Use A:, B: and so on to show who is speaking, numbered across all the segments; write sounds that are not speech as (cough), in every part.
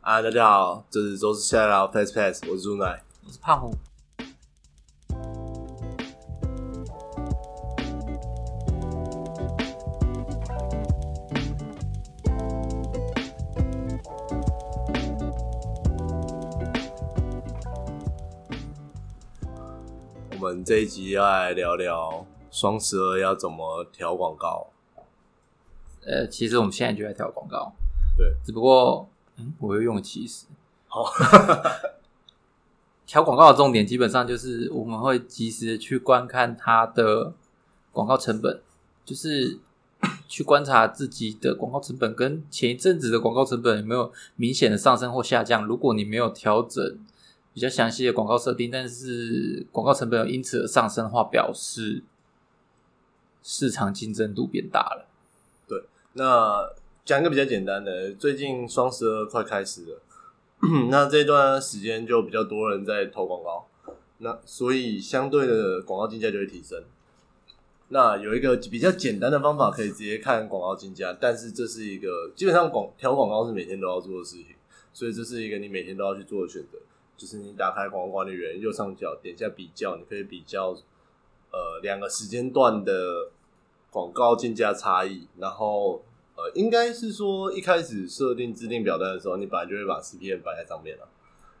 A: 啊，大家好，这是周四下聊 Pass Pass，我是朱奶。
B: 我是胖虎。
A: 我们这一集要来聊聊双十二要怎么调广告。
B: 呃，其实我们现在就在调广告，
A: 对，
B: 只不过嗯，我又用了其实
A: 好，
B: (laughs) 调广告的重点基本上就是我们会及时地去观看它的广告成本，就是去观察自己的广告成本跟前一阵子的广告成本有没有明显的上升或下降。如果你没有调整比较详细的广告设定，但是广告成本有因此而上升的话，表示市场竞争度变大了。
A: 那讲一个比较简单的，最近双十二快开始了， (coughs) 那这段时间就比较多人在投广告，那所以相对的广告竞价就会提升。那有一个比较简单的方法，可以直接看广告竞价，但是这是一个基本上广调广告是每天都要做的事情，所以这是一个你每天都要去做的选择。就是你打开广告管理员右上角点一下比较，你可以比较呃两个时间段的广告竞价差异，然后呃应该是说一开始设定制定表单的时候，你本来就会把 CPM 摆在上面了，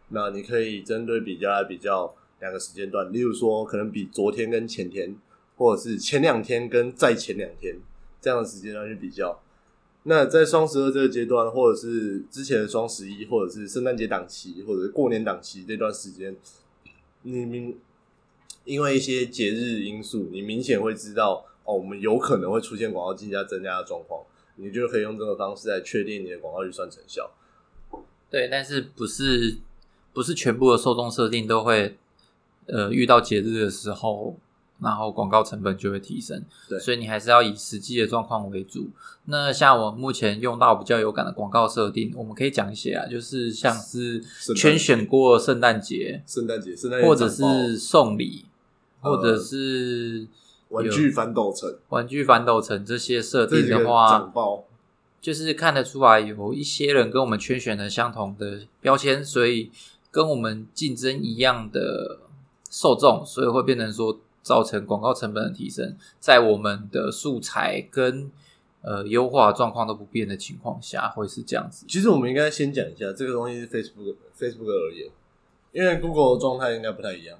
A: 那你可以针对比较来比较两个时间段，例如说可能比昨天跟前天，或者是前两天跟再前两天这样的时间段去比较。那在双十二这个阶段，或者是之前的双十一，或者是圣诞节档期，或者是过年档期这段时间，你明因为一些节日因素，你明显会知道哦，我们有可能会出现广告竞价增加的状况，你就可以用这个方式来确定你的广告预算成效。
B: 对，但是不是不是全部的受众设定都会，呃，遇到节日的时候，然后广告成本就会提升。
A: 对
B: 所以你还是要以实际的状况为主。那像我目前用到比较有感的广告设定，我们可以讲一些啊，就是像是
A: 诞节
B: 圈选过圣诞节，
A: 圣诞节，圣诞节
B: 或者
A: 长包
B: 是送礼，或者
A: 呃
B: 是
A: 玩
B: 有
A: 具反斗城
B: 玩具反斗城这些设
A: 这
B: 定
A: 几个
B: 的话，
A: 长包，
B: 就是看得出来有一些人跟我们圈选了相同的标签，所以跟我们竞争一样的受众，所以会变成说造成广告成本的提升，在我们的素材跟呃优化状况都不变的情况下，会是这样子。
A: 其实我们应该先讲一下这个东西是 Facebook Facebook 而言，因为 Google 的状态应该不太一样。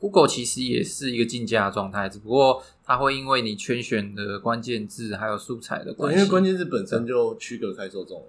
B: Google 其实也是一个竞价的状态，只不过它会因为你圈选的关键字还有素材的关
A: 对，
B: 系，
A: 哦因为关键字本身就区隔开受众了，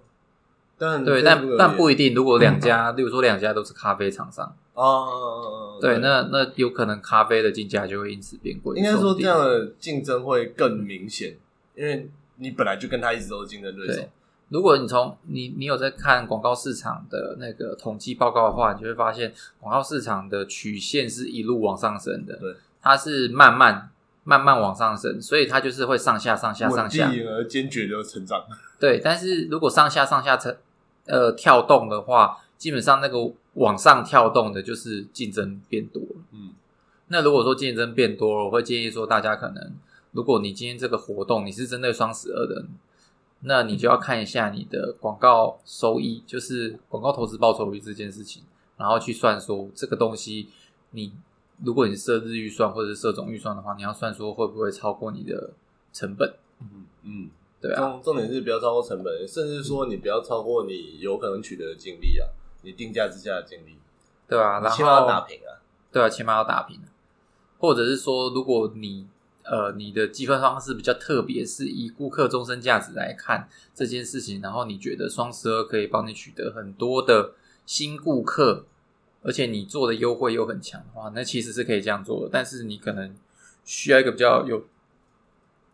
A: 但
B: 对，但
A: Facebook 而
B: 但
A: 言
B: 不一定。
A: (clears throat)
B: 如果两家，例如说两家都是咖啡厂商，
A: 啊啊啊，啊
B: 对，那那有可能咖啡的进价就会因此变贵。
A: 应该说这样
B: 说不定，
A: 的竞争会更明显，因为你本来就跟他一直都是竞争对手
B: 对。如果你从你你有在看广告市场的那个统计报告的话，你就会发现广告市场的曲线是一路往上升的，
A: 对，
B: 它是慢慢慢慢往上升，所以它就是会上下上下
A: 稳
B: 上下，
A: 定而坚决的成长。
B: 对。但是如果上下上下成呃跳动的话，基本上那个往上跳动的就是竞争变多了。
A: 嗯，
B: 那如果说竞争变多了，我会建议说大家可能，如果你今天这个活动你是针对双十二的，那你就要看一下你的广告收益，就是广告投资报酬率这件事情，然后去算说这个东西你如果你设日预算或者是设总预算的话，你要算说会不会超过你的成本，
A: 嗯嗯，
B: 对啊，
A: 重重点是不要超过成本，甚至说你不要超过你有可能取得的净利啊，你定价之下的净利，
B: 对啊，然
A: 你
B: 后
A: 起码要打平啊。
B: 对啊，起码要打平，或者是说，如果你呃你的积分方式比较特别，是以顾客终身价值来看这件事情，然后你觉得双十二可以帮你取得很多的新顾客，而且你做的优惠又很强的话，那其实是可以这样做的，但是你可能需要一个比较有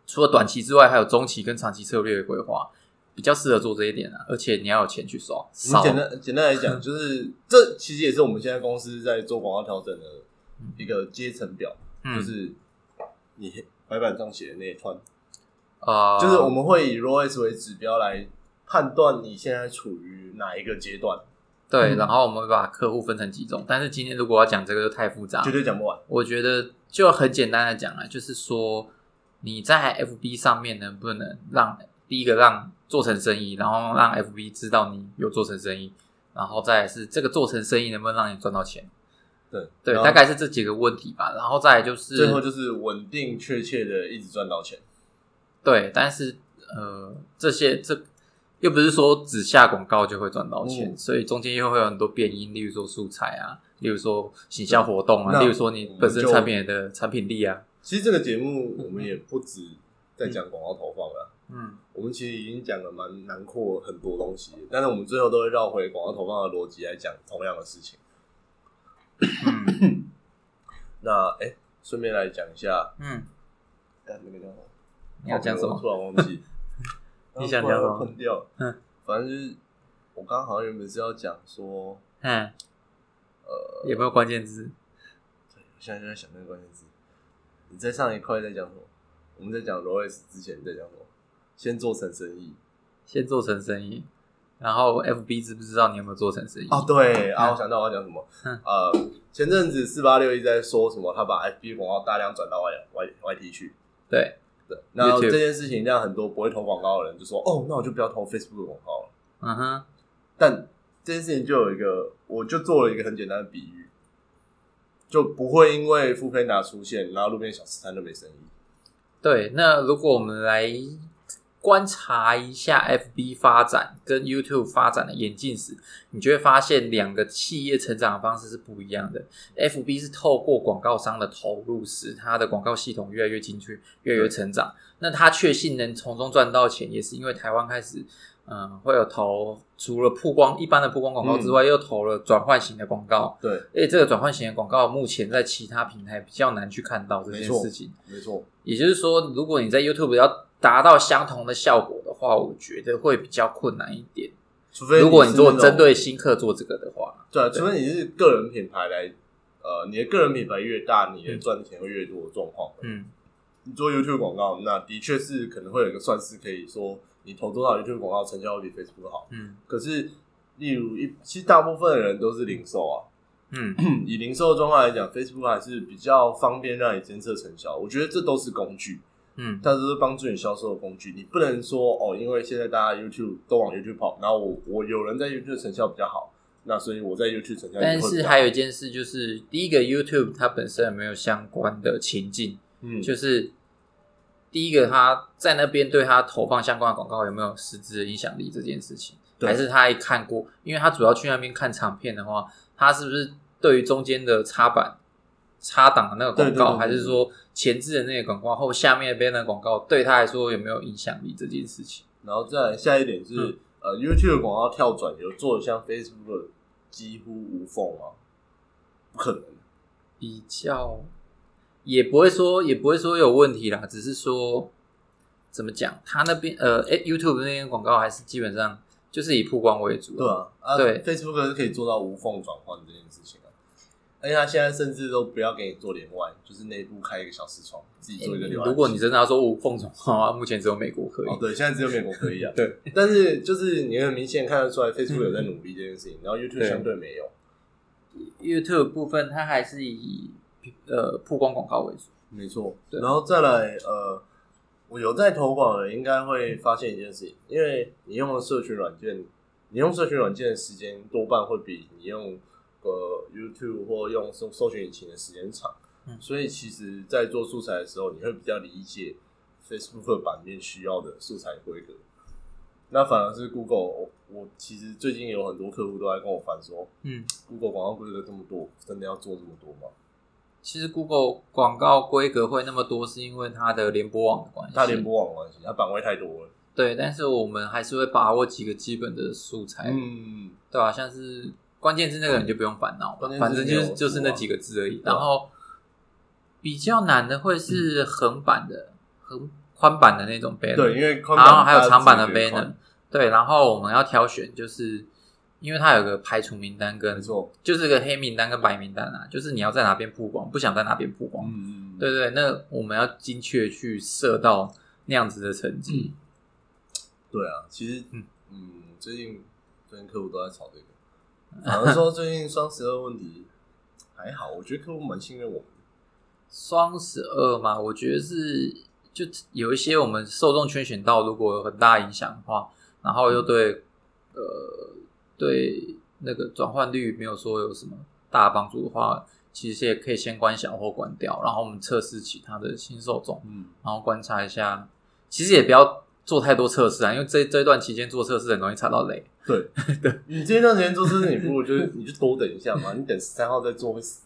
B: 除了短期之外，还有中期跟长期策略的规划。比较适合做这一点啊，而且你要有钱去刷，
A: 你
B: 少
A: 简单简单来讲，就是这其实也是我们现在公司在做广告调整的一个阶层表，就
B: 嗯哦
A: 是你白板上写的那一串。
B: 啊，
A: 就是我们会以 ROAS 为指标来判断你现在处于哪一个阶段，
B: 对，
A: 嗯
B: 然后我们会把客户分成几种，但是今天如果要讲这个就太复杂
A: 绝，对讲不完。
B: 我觉得就很简单的讲啊，就是说你在 FB 上面能不能让第一个让做成生意，然后让 FB 知道你有做成生意，然后再来是这个做成生意能不能让你赚到钱？
A: 对
B: 对，
A: 然后
B: 大概是这几个问题吧。然后再来就是
A: 最后就是稳定确切的一直赚到钱。
B: 对，但是呃，这些这又不是说只下广告就会赚到钱，
A: 嗯
B: 所以中间又会有很多变因，例如说素材啊，例如说行销活动啊，
A: 那
B: 例如说你本身
A: 我们就
B: 产品的产品力啊，
A: 其实这个节
B: (laughs)
A: 目我们也不止在讲广告投放了，
B: 嗯，
A: 我们其实已经讲了蛮囊括很多东西，但是我们最后都会绕回广告投放的逻辑来讲同样的事情。
B: 嗯
A: 那哎，顺便来讲一下，
B: 嗯，
A: 干那个叫什么？
B: 你要讲什
A: 我
B: 么？，
A: 突然忘 (laughs) 记
B: 你想讲什
A: 突
B: 么
A: 然喷掉，
B: 嗯，
A: 反正就是我刚刚好像原本是要讲说，
B: 嗯，呃，有没有关键字？
A: 对我现在就在想那个关键字。你在上一块在讲什么？我们在讲 Royce 之前在讲什么？先做成生意
B: 先做成生意，然后 FB 知不知道你有没有做成生意？
A: 哦，对啊，
B: 嗯
A: 我想到我要讲什么
B: 嗯，
A: 呃，前阵子四八六一直在说什么，他把 FB 广告大量转到 Y Y Y T 去，
B: 对，
A: 对，然后
B: YouTube
A: 这件事情让很多不会投广告的人就说，哦，那我就不要投 Facebook 的广告了。
B: 嗯哼，
A: 但这件事情就有一个，我就做了一个很简单的比喻，就不会因为富佩达出现，然后路边小吃摊就没生意。
B: 对。那如果我们来观察一下 FB 发展跟 YouTube 发展的演进史，你就会发现两个企业成长的方式是不一样的。FB 是透过广告商的投入，使它的广告系统越来越精确，越来越成长。那它确信能从中赚到钱，也是因为台湾开始，嗯、会有投除了曝光一般的曝光广告
A: 嗯
B: 之外，又投了转换型的广告。
A: 对，
B: 而且这个转换型的广告，目前在其他平台比较难去看到这件
A: 没错
B: 事情。
A: 没错，
B: 也就是说，如果你在 YouTube 要达到相同的效果的话，我觉得会比较困难一点。
A: 除非
B: 如果你
A: 是
B: 做
A: 那种
B: 针对新客做这个的话，
A: 对啊，除非你是个人品牌来，呃，你的个人品牌越大，你的赚的钱会越多的状况。
B: 嗯，
A: 你做 YouTube 广告，那的确是可能会有一个算式，可以说你投多少 YouTube 广告成交比 Facebook 好。
B: 嗯
A: 可是，例如一，其实大部分的人都是零售啊，
B: 嗯，
A: 以零售的状况来讲，Facebook 还是比较方便让你监测成效。我觉得这都是工具，
B: 嗯，
A: 它都是帮助你销售的工具。你不能说哦，因为现在大家 YouTube 都往 YouTube 跑，然后我我有人在 YouTube 成效比较好，那所以我在 YouTube 成效也会
B: 但
A: 比较好
B: 是还有一件事就是，第一个 YouTube 它本身有没有相关的情境，
A: 嗯，
B: 就是第一个他在那边对他投放相关的广告有没有实质的影响力这件事情，
A: 对
B: 还是他一看过，因为他主要去那边看长片的话，他是不是对于中间的插板、插档的那个广
A: 对对对
B: 告，
A: 对
B: 还是说前置的那个广告后下面那边的广告对他来说有没有影响力这件事情？
A: 然后再来下一点是、
B: 嗯
A: 呃 YouTube 的广告跳转有做的像 Facebook 的几乎无缝吗？不可能。
B: 比较也不会说也不会说有问题啦，只是说怎么讲，他那边呃，诶 y o u t u b e 那边广告还是基本上就是以曝光为主，
A: 对啊，啊
B: 对
A: ，Facebook 是可以做到无缝转换这件事情啊。而且他现在甚至都不要给你做连外，就是内部开一个小视窗，自己做一个浏览器。
B: 嗯如果你真的要说无缝转换的话，目前只有美国可以。。
A: 哦，对，现在只有美国可以啊
B: (laughs) 对，
A: 但是就是你很明显看得出来，Facebook 有在努力这件事情，然后 YouTube
B: 对
A: 相对没有。
B: YouTube 部分它还是以呃曝光广告为主。
A: 没错，
B: 对
A: 然后再来呃，我有在投广的人应该会发现一件事情，因为你用的社群软件，你用社群软件的时间多半会比你用呃 YouTube 或用搜搜寻引擎的时间长，
B: 嗯
A: 所以其实在做素材的时候，你会比较理解 Facebook 的版面需要的素材规格。那反而是 Google，我我其实最近有很多客户都在跟我反说
B: 嗯，
A: ，Google 广告规格这么多，真的要做这么多吗？
B: 其实 Google 广告规格会那么多，是因为它的联播网的关系。
A: 它联播网的关系，它版位太多了。
B: 对，但是我们还是会把握几个基本的素材，
A: 嗯，
B: 对吧、啊像是关键字那个你就不用烦恼嘛
A: 关键，字
B: 反正就是
A: 没有
B: 就是那几个字而已。
A: 对啊
B: 然后比较难的会是横版的、横宽版的那种 banner，
A: 对，因为宽
B: 嗯然
A: 版
B: 后还有长版的
A: 它是直接宽
B: banner，对，然后我们要挑选，就是因为它有个排除名单跟
A: 没，错，
B: 就是个黑名单跟白名单啊，就是你要在哪边曝光，不想在哪边曝光，
A: 嗯嗯，
B: 对对，那我们要精确去设到那样子的成
A: 嗯
B: 绩，
A: 对啊，其实
B: 嗯
A: 嗯最近最近客户都在吵这个，反而说最近双十二问题还好，我觉得客户蛮信任我们的，
B: 双十二嘛，我觉得是就有一些我们受众圈选到，如果有很大影响的话，然后又对呃对那个转换率没有说有什么大帮助的话，其实也可以先关小或关掉，然后我们测试其他的新受众，
A: 嗯，
B: 然后观察一下。其实也不要做太多测试啊，因为这这段期间做测试很容易踩到雷。
A: 对
B: (laughs)
A: 对，你这段时间做事，你不如就是你就多等一下嘛，你等十三号再做会死。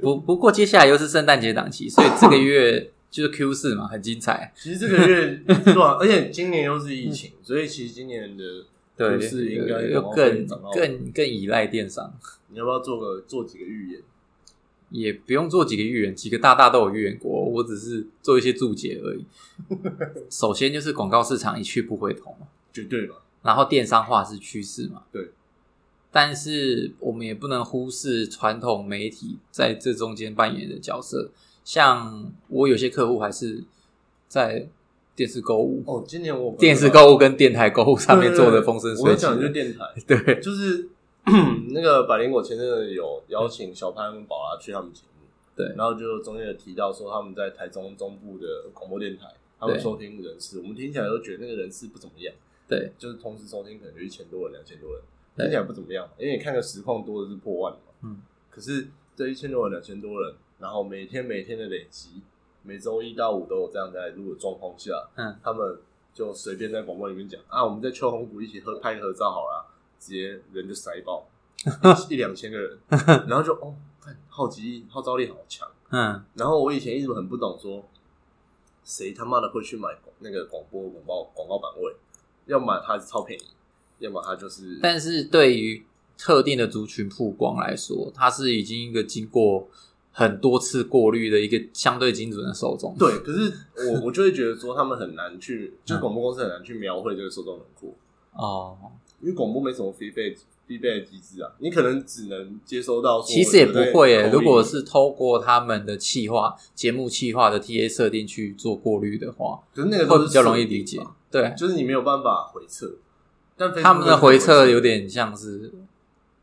B: 不不过接下来又是圣诞节档期，所以这个月 (laughs) 就是 Q 四嘛，很精彩。
A: 其实这个月对吧、而且今年又是疫情，所以其实今年的
B: 对，
A: 是应该
B: 又
A: 往后会
B: 更
A: 涨到
B: 更更依赖电商，
A: 你要不要做个做几个预言？
B: 也不用做几个预言，几个大大都有预言过，我只是做一些注解而
A: (laughs)
B: 已。首先就是广告市场一去不回头嘛，
A: 绝对吧，
B: 然后电商化是趋势嘛，
A: 对。
B: 但是我们也不能忽视传统媒体在这中间扮演的角色，像我有些客户还是在电视购物
A: 哦，今年我
B: 电视购物跟电台购物上面做的风生水
A: 我
B: 起
A: 讲的就是电台，
B: 对，
A: 就是。 (clears throat) 那个百灵果前阵子有邀请小潘跟宝拉去他们节目，
B: 对
A: 然后就中间有提到说他们在台中中部的广播电台，他们
B: 对
A: 收听人次，我们听起来都觉得那个人次不怎么样，
B: 对，
A: 就是同时收听可能就一千多人、两千多人，
B: 对
A: 听起来不怎么样，因为你看个实况多的是破万的嘛，
B: 嗯，
A: 可是这一千多人、两千多人，然后每天每天的累积，每周一到五都有这样在录的状况下，
B: 嗯，
A: 他们就随便在广播里面讲啊，我们在秋红谷一起喝拍个合照好了，直接人就塞
B: (laughs)
A: 爆一两千个人，然后就哦，看好奇心号召力好强。
B: 嗯，
A: 然后我以前一直很不懂说，谁他妈的会去买广那个广播广告广告版位，要么它是超便宜，要么它就是
B: 但是对于特定的族群曝光来说，它是已经一个经过很多次过滤的一个相对精准的受众，
A: 对，可是我我就会觉得说他们很难
B: 嗯
A: 去，就是广播公司很难去描绘这个受众轮廓，
B: 哦，
A: 因为广播没什么 feedback feedback 机制啊，你可能只能接收到说
B: 其实也不会
A: 有
B: 耶。
A: 人在
B: 如果
A: 口音
B: 是透过他们的企划节目企划的 TA 设定去做过滤的话，
A: 可是那个都
B: 会
A: 是
B: 比较容易
A: 设定
B: 理解
A: 嘛，。
B: 对，
A: 就是你没有办法回测，但
B: 他们的
A: Facebook
B: 回测
A: 会
B: 有点像是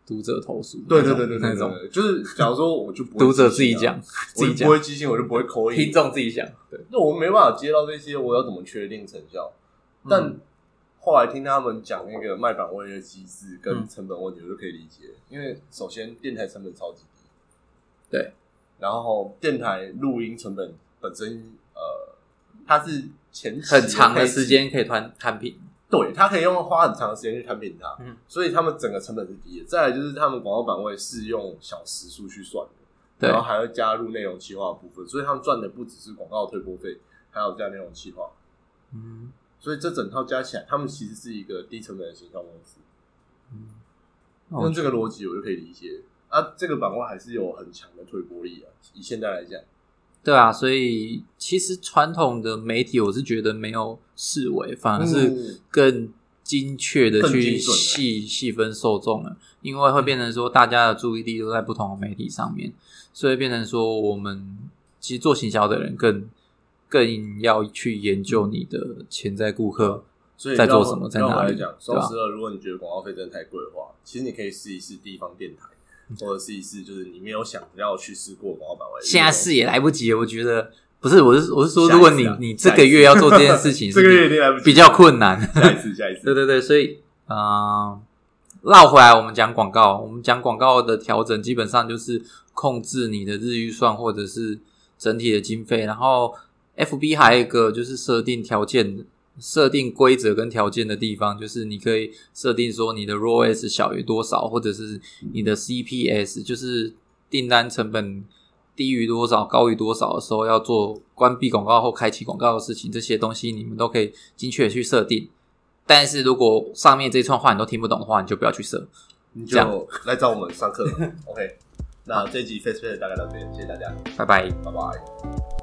B: 读者投诉那
A: 对
B: 种，
A: 对对对对
B: 那种
A: 对就是假如说我就不会
B: 读者
A: 寄信
B: 自己
A: 啊
B: 讲，
A: 我
B: 自
A: 就
B: 己讲
A: 不，会寄信，我就不会口
B: 听
A: 音。
B: 众自己讲，对，
A: 那我没办法接到这些，我要怎么确定成效？但
B: 嗯
A: 后来听他们讲那个卖版位的机制跟
B: 嗯
A: 成本问题，我就可以理解。因为首先电台成本超级低，
B: 对，
A: 然后电台录音成本本身呃，它是前期
B: 很长的
A: 配置
B: 时，间可以摊摊平，
A: 对，它可以用花很长的时间去摊平它，
B: 嗯
A: 所以他们整个成本是低的。再来就是他们广告版位是用小时数去算的，
B: 对
A: 然后还要加入内容企划的部分，所以他们赚的不只是广告推播费，还有加内容企划，
B: 嗯
A: 所以这整套加起来，他们其实是一个低成本的行销公司。
B: 嗯，那
A: 用
B: 我
A: 这个逻辑，我就可以理解啊，这个版位还是有很强的推播力啊。以现在来讲，
B: 对啊，所以其实传统的媒体我是觉得没有视为，反而
A: 嗯
B: 是更精确的
A: 更精
B: 去
A: 准了
B: 细细分受众了，因为会变成说大家的注意力都在不同的媒体上面，所以变成说我们其实做行销的人更更要去研究你的潜在顾客，
A: 所以
B: 在做
A: 让我
B: 什么在
A: 让我
B: 哪
A: 来
B: 里
A: 讲，
B: 对
A: 双
B: 吧
A: 十二，如果你觉得广告费真的太贵的话，其实你可以试一试地方电台，
B: 嗯
A: 或者试一试就是你没有想要去试过的广告版位。
B: 现在试也来不及了，我觉得不是，我是我是说，
A: 下一次啊
B: 如果你你这个月要做这件事情，
A: (laughs) 这个月一定来不及，
B: 比较困难。
A: 下一次，下一次
B: 对。对对，所以啊，绕、回来我们讲广告，我们讲广告的调整，基本上就是控制你的日预算或者是整体的经费，然后 FB 还有一个就是设定条件的。设定规则跟条件的地方，就是你可以设定说你的 ROAS 小于多少，或者是你的 CPS，就是订单成本低于多少、高于多少的时候，要做关闭广告后开启广告的事情，这些东西你们都可以精确地去设定。但是如果上面这一串话你都听不懂的话，你就不要去设。
A: 你
B: 这样
A: 就来找我们上课。OK，那这集 Facebook 大概到这边，谢谢大家，
B: 拜拜。
A: 拜拜。